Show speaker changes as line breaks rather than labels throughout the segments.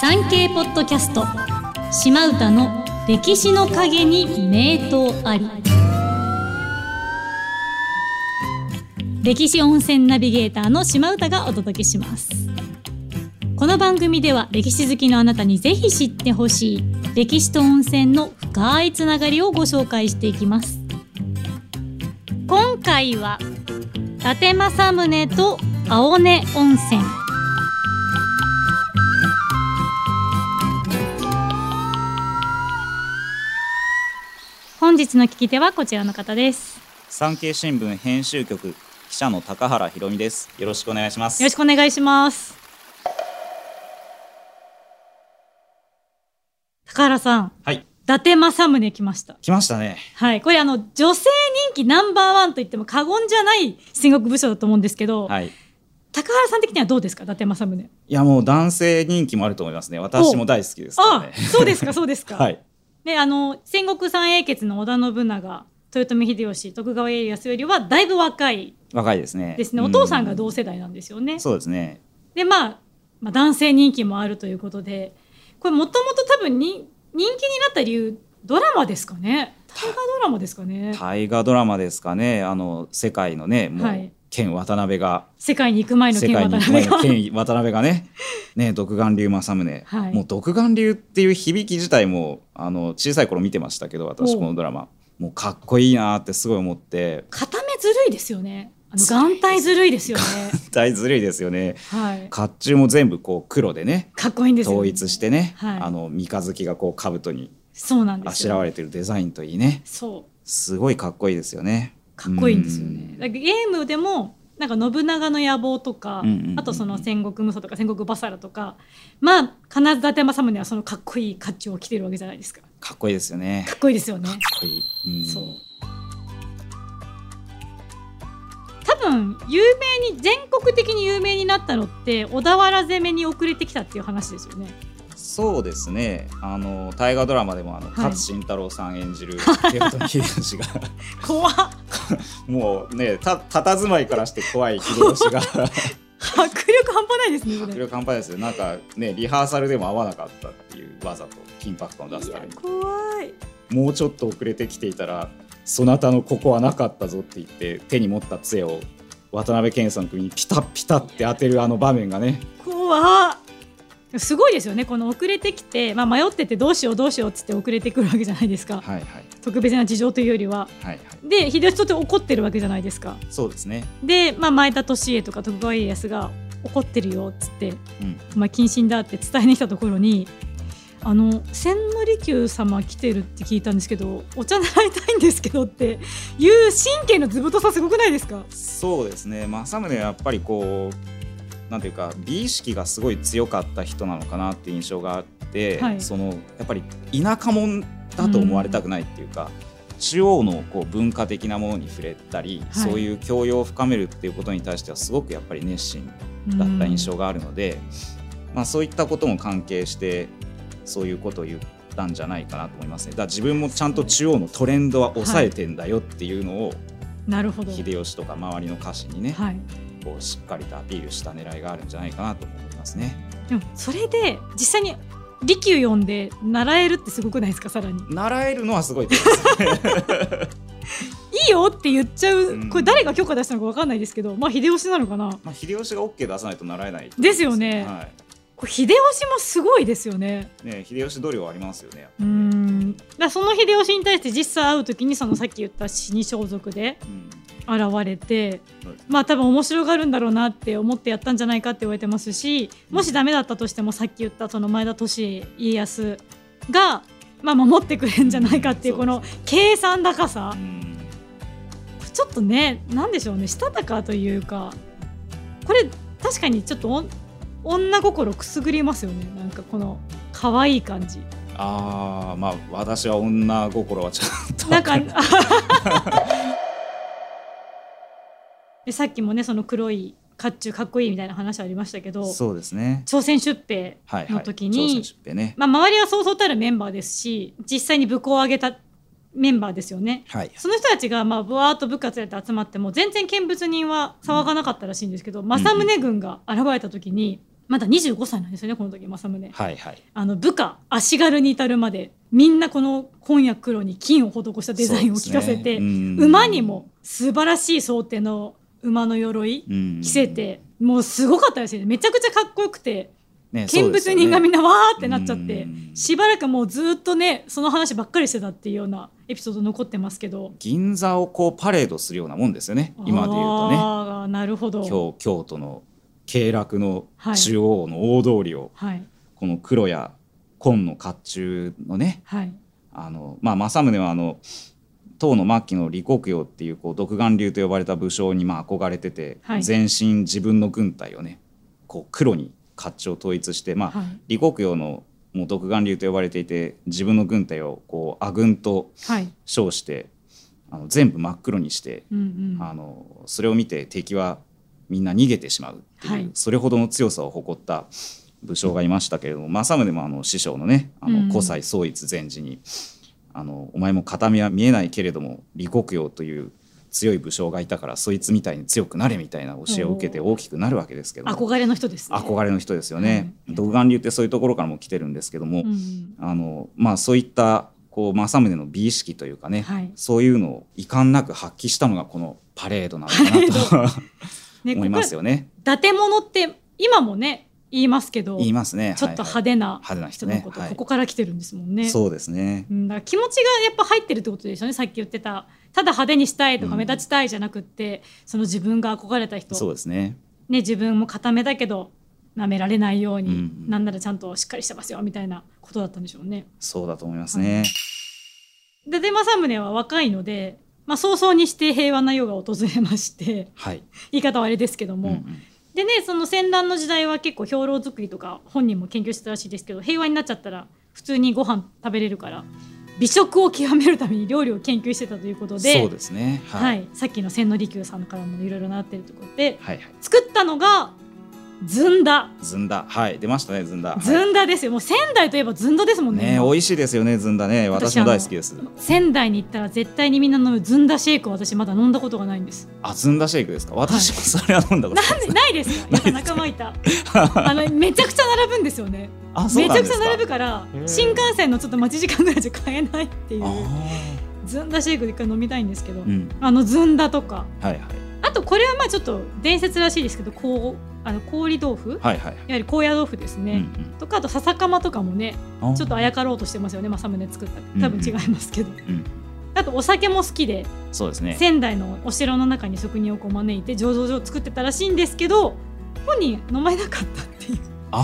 産経ポッドキャスト島唄の歴史の陰に名刀あり歴史温泉ナビゲーターの島唄がお届けしますこの番組では歴史好きのあなたにぜひ知ってほしい歴史と温泉の深いつながりをご紹介していきます今回は伊達政宗と青根温泉本日の聞き手はこちらの方です
産経新聞編集局記者の高原博美ですよろしくお願いします
よろしくお願いします高原さん
はい
伊達政宗来ました
来ましたね
はいこれあの女性人気ナンバーワンと言っても過言じゃない戦国武将だと思うんですけど、
はいい
高原さん的にはどうですか伊達政宗
やもう男性人気もあると思いますね私も大好きですから
あ
ね
あそうですかそうですか、
はい
であの戦国三英傑の織田信長豊臣秀吉徳川家康よりはだいぶ若い
若いですね
ですねお父さんが同
う
世代なんですよね
んそうですね
で、まあ、まあ男性人気もあるということでこれもともと多分に人気になった理由ドラマですかね大河ドラマですかね
大河ドラマですかねあの世界のねもう、
はい
剣渡辺が
世界に行く前の
世
剣
界
渡
に行く
辺
前の
が
剣渡辺がねね独眼竜政宗、
はい
もう独眼竜っていう響き自体もあの小さい頃見てましたけど私
おう
このドラマもうかっこいいなーってすごい思って
片目ずるいですよねあの眼帯ずるいですよね
大ずるいですよね
はい
甲冑も全部こう黒でね
かっこいいんですよ、ね、
統一してね、
はい
あの三日月がこう兜に
そうなんで
あ
す
し
よ
らわれてるデザインといいね
そう
すごいかっこいいですよね。
かっこいいんですよ
う
ね。
ん
だからゲームでもなんか信長の野望とか、
うんうんうんうん
あとその戦国無双とか戦国バサラとかまあ必ず伊達政宗はそのかっこいい甲冑を着てるわけじゃないですか。か
かっこいいですよね。か
っこいいですよね。
っこいい。うん
そう多分有名に全国的に有名になったのって小田原攻めに遅れてきたっていう話ですよね。
そうですね。あの大河ドラマでもあの、
い
勝新太郎さん演じる豊臣秀吉が
怖っ
もうねた佇まいからして怖い秀 吉が
迫力半端ないですねこ
そ
れ。
れ乾杯ですよ。なんかねリハーサルでも合わなかったっていうわざと緊迫感を出すため
い
に
や怖い。
もうちょっと遅れてきていたらそなたのここはなかったぞって言って手に持った杖を渡辺謙さんの首にピタッピタって当てるあの場面がね
怖っすごいですよねこの遅れてきて、まあ、迷っててどうしようどうしようっつって遅れてくるわけじゃないですか、
はいはい
特別な事情というよりは。
はいはい
で秀吉とって怒ってるわけじゃないですか。
そうですね
で、まあ、前田利家とか徳川家康が怒ってるよっつって
うん
「お前謹慎だ」って伝えに来たところに「あの千利休様来てるって聞いたんですけどお茶習いたいんですけど」っていう神経の図太さすごくないですか
そうですね政宗はやっぱりこうなんていうか美意識がすごい強かった人なのかなっていう印象があって、
はい
そのやっぱり田舎者だと思われたくないっていうか、中央のこう文化的なものに触れたり、
い
そういう教養を深めるっていうことに対してはすごくやっぱり熱心だった印象があるので、まあ、そういったことも関係してそういうことを言ったんじゃないかなと思いますね。だから自分もちゃんと中央のトレンドは抑えてんだよっていうのを
うんなるほど、
秀吉とか周りの歌詞にね、
はい、
こうしっかりとアピールした狙いがあるんじゃないかなと思いますね。
でもそれで実際に利休読んで習えるってすごくないですかさらに。
習えるのはすご いですね。
いいよって言っちゃう、
うん
これ誰が許可出したのかわかんないですけどまあ秀吉なのかな
まあ秀吉が OK 出さないと習えない
ですよね
は
これ秀吉もすごいですよね。
い。ね秀吉度量ありますよね。
うーんだからその秀吉に対して実際会う時にそのさっき言った死に装束で
うん。
現れて
そうです
まあ多分面白がるんだろうなって思ってやったんじゃないかって言われてますしもしダメだったとしてもさっき言ったその前田利家家康が、まあ、守ってくれんじゃないかっていう
うん
この計算高さ
うん
ちょっとねなんでしょうねしたたかというかこれ確かにちょっとお女心くすぐりますよねなんかこの可愛い感じ。
ああ、まあ私は女心はちゃんと
なんか でさっきもねその黒い甲冑かっこいいみたいな話ありましたけど
そうですね。
朝鮮出兵
はいはい。
の時に、
朝鮮出兵ね。
まあ、周りはそうそうたるメンバーですし実際に武功を上げたメンバーですよね。
はい。
その人たちがまあぶわーっと部活やって集まっても全然見物人は騒がなかったらしいんですけど、政宗軍が現れた時に、まだ25歳なんですよねこの時政宗、
はいはい
あの部下足軽に至るまでみんなこの紺や黒に金を施したデザインを聞かせて、馬にも素晴らしい想定の馬の鎧
着
着せ、て、もうすごかったですよねめちゃくちゃかっこよくて
ね
見物人がみん
な
なわーってなっちゃって、
うん
しばらくもうずっとねその話ばっかりしてたっていうようなエピソード残ってますけど
銀座をこうパレードするようなもんですよね今で言うとね
あーなるほど
京京都の京楽の
はい
中央の大通りを、
はい
この黒や紺の甲冑のね
はい
あの、まあ、政宗はあの唐の末期の李克用っていうこう独眼流と呼ばれた武将にまあ憧れてて、
はい
全身自分の軍隊をねこう黒に甲冑を統一して、まあ
はい
李克用のもう独眼流と呼ばれていて自分の軍隊をこう阿軍と
はい
称してあの全部真っ黒にして、
うんうん
あのそれを見て敵はみんな逃げてしまうっていう、
はい
それほどの強さを誇った武将がいましたけれども政宗もあの師匠のねあ
うん
の古才宗一禅師に、あの「お前も形見は見えないけれども李克用という強い武将がいたからそいつみたいに強くなれ」みたいな教えを受けて大きくなるわけですけども
憧れの人ですね
憧れの人ですよね。
はい
独眼流ってそういうところからも来てるんですけども、
うんうん
あのまあ、そういったこう政宗の美意識というかね、
はい
そういうのを遺憾なく発揮したのがこのパレードなの かなと
ね、
思います
よ
よね。
伊達者って今もね言いますけど
言いますね。
ちょっと
は
派
いはい
手な
派手な
人
人
の
ね。
こと、
はい
ここから来てるんですもんね
そうですね。
うん、だから気持ちがやっぱ入ってるってことでしょうねさっき言ってたただ派手にしたいとか
うん
目立ちたいじゃなくって、その自分が憧れた人、
そうですね。
ね、自分も固めだけど舐められないように、
うんうん
なんならちゃんとしっかりしてますよみたいなことだったんでしょうね。
そうだと思いますね。
でで政宗は若いので、まあ、早々にして平和な世が訪れまして
はい。
言い方はあれですけども、
うんうん
でねその戦乱の時代は結構兵糧作りとか本人も研究してたらしいですけど平和になっちゃったら普通にご飯食べれるから美食を極めるために料理を研究してたということで
そうですね。
は
はい。
い、さっきの千利休さんからもいろいろなってるところで
はいはい。
作ったのがずんだ
ずんだ。はい。出ましたね。ずんだ。はい
ずんだですよもう仙台といえばずんだですもんね
ね、美味しいですよね。ずんだね。
私
私も大好きです。
仙台に行ったら絶対にみんな飲むずんだシェイクを私まだ飲んだことがないんです
あ、ずんだシェイクですか。私もそれは飲んだこと
な
ない
ん
で。
ですないですか
ないで
い
す
や仲間いたあのめちゃくちゃ並ぶんですよね
あ、 そう
め
な
ち
ん
ゃく
です
ち
か。
ゃ並ぶから
へー
新幹線のちょっと待ち時間ぐらいじゃ買えないっていう
あ
ずんだシェイクで一回飲みたいんですけど、
ーうん。
あのずんだとか
はいはい。
あとこれはまあちょっと伝説らしいですけどこうあの氷豆腐、
はいはい。
やはり高野豆腐です
う
ね、
ん
とかあと笹かまとかもね
うんあ
ちょっとあやかろうとしてますよね政宗作った多分違いますけど、
ん
あとお酒も好きで
そうですね。
仙台のお城の中に職人をこう招いて醸造所を作ってたらしいんですけど本人飲まれなかったっていう
あ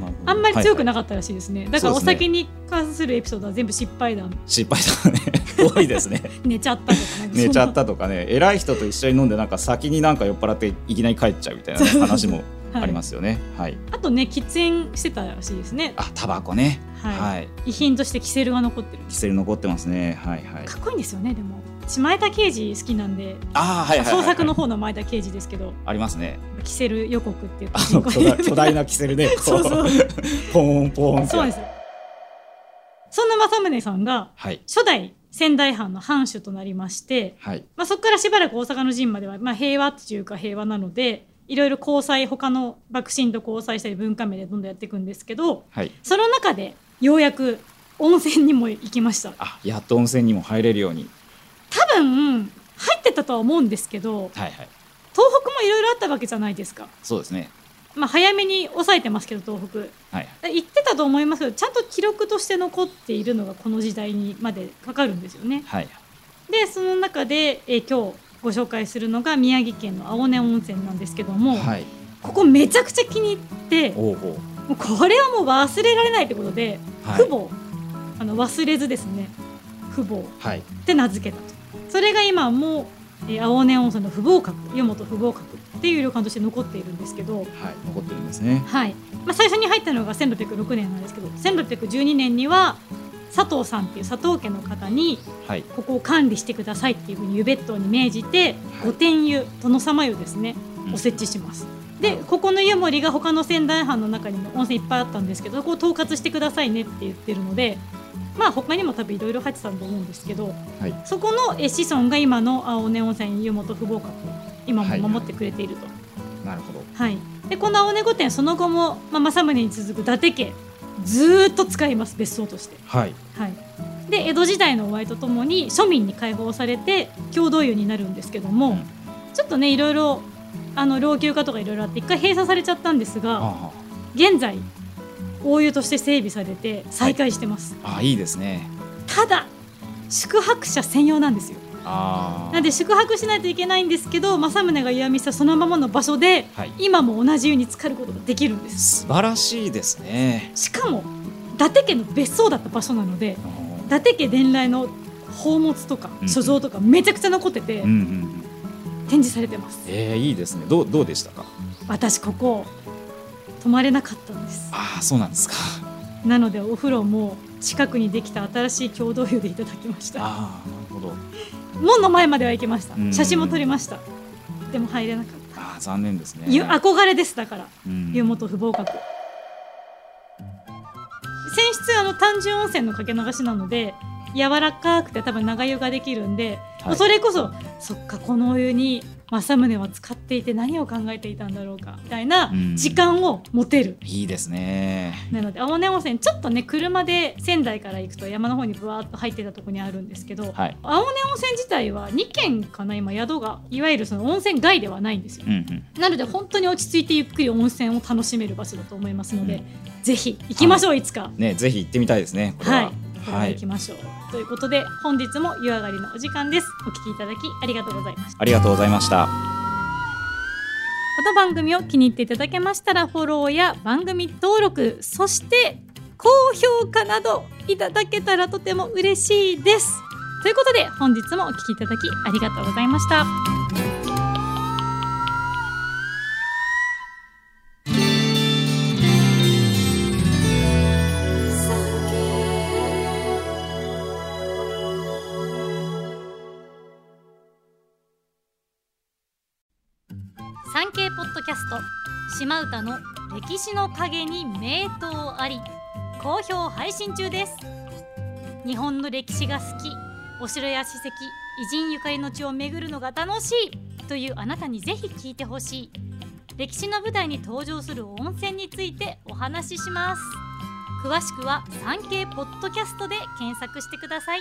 あ、なるほど
あんまり強く
はい
なかったらしいですね、だからお
そうですね
酒に関するエピソードは全部失敗談
はい失敗とかね、多い ですね。
寝ちゃったとかなんか
寝ちゃっ
そ
たとかね、偉い人と一緒に飲んで、なんか先になんか酔っ払って、いきなり帰っちゃうみたいなね
そう
話も
んな、
ありますすよね。はい。
はいあとね喫煙してたらしいですね
あ、タバコね。
はい、
はい。
遺品としてキセルが残ってるんで
キ
す
セル残ってますね。はいはい。
かっこいいんですよねでも島枝刑事好きなんで
ああ、はいはいはいは
創
い。
作の方の前田刑事ですけど
ありますね。
「キセル予告」っていう
あの巨大巨大なキセルね。こ
そうそう
ポーンポーンって
そうですそんな政宗さんが
はい。
初代仙台藩の藩主となりまして、
はい。
まあ、そこからしばらく大阪の陣までは、まあ、平和っていうか平和なのでいろいろ交際他の幕臣と交際したり文化名でどんどんやっていくんですけど
はい。
その中でようやく温泉にも行きました
あ、やっと温泉にも入れるように。
多分入ってたとは思うんですけど
はいはい。
東北もいろいろあったわけじゃないですか、
そうですね。
まあ、早めに抑えてますけど東北
はい。
言ってたと思いますけどちゃんと記録として残っているのがこの時代にまでかかるんですよね。
はい。
でその中で、えー今日ご紹介するのが宮城県の青根温泉なんですけども、
はい。
ここめちゃくちゃ気に入っても
おうおう。
うこれはもう忘れられないってことで、
はい
父。母あの忘れずですね父母
はい。
って名付けたとそれが今も、えー青根温泉の不合格湯本不合格っていう旅館として残っているんですけど、
はい。残ってるんですね。
はいまあ、最初に入ったのが1606年なんですけど1612年には佐藤さんっていう佐藤家の方に
はい。
ここを管理してくださいっていうふうに湯別当に命じて
はい
御殿湯殿様湯ですね
うん
お設置します。でここの湯守が他の仙台藩の中にも温泉いっぱいあったんですけどそこを統括してくださいねって言ってるのでまあ他にも多分いろいろ入ってたと思うんですけど、
はい
そこのえ子孫が今の青根温泉湯本不合格今も守ってくれていると。
なるほど。
はい、でこの青猫店その後も、まあ、政宗に続く伊達家ずーっと使います別荘として。
はい
はい、で江戸時代の終わりとともに庶民に解放されて共同湯になるんですけども、
うん
ちょっとねいろいろあの老朽化とかいろいろあって一回閉鎖されちゃったんですが
あ
現在大湯として整備されて再開してます、
ああいいですね
ただ宿泊者専用なんですよ
ああ
なんで宿泊しないといけないんですけど政宗が湯あみしたそのままの場所で
はい
今も同じ湯に浸かることができるんです
素晴らしいですね
しかも伊達家の別荘だった場所なので
あー
伊達家伝来の宝物とか
うん
所蔵とかめちゃくちゃ残ってて
うんうんうん
展示されてます、
えー、いいですねどうどうでしたか
私ここ泊まれなかったんです
ああそうなんですか
なのでお風呂も近くにできた新しい共同湯でいただきました
ああなるほど
門の前までは行きました
うん
写真も撮りましたでも入れなかった
ああ残念ですね
ゆ憧れですだから
うん
湯本不合格泉質あの単純温泉のかけ流しなので柔らかくて多分長湯ができるんで、
はい
それこそそっかこのお湯に政宗は使っていて何を考えていたんだろうかみたいな
うん
時間を持てる、
いいですね
なので青根温泉ちょっとね車で仙台から行くと山の方にぶわーっと入ってたとこにあるんですけど
はい
青根温泉自体は2軒かな今宿がいわゆるその温泉街ではないんですよ
うんうん
なので本当に落ち着いてゆっくり温泉を楽しめる場所だと思いますので、ぜひ行きましょう、いつか。
ねぜひ行ってみたいですねこれ
はい
は、
これは行きましょう、ということで本日も湯上がりのお時間ですお聞きいただきありがとうございました
ありがとうございました
この番組を気に入っていただけましたらフォローや番組登録そして高評価などいただけたらとても嬉しいですということで本日もお聞きいただきありがとうございました産経ポッドキャスト島唄の歴史の陰に名刀あり好評配信中です日本の歴史が好きお城や史跡偉人ゆかりの地を巡るのが楽しいというあなたにぜひ聞いてほしい歴史の舞台に登場する温泉についてお話しします詳しくは産経ポッドキャストで検索してください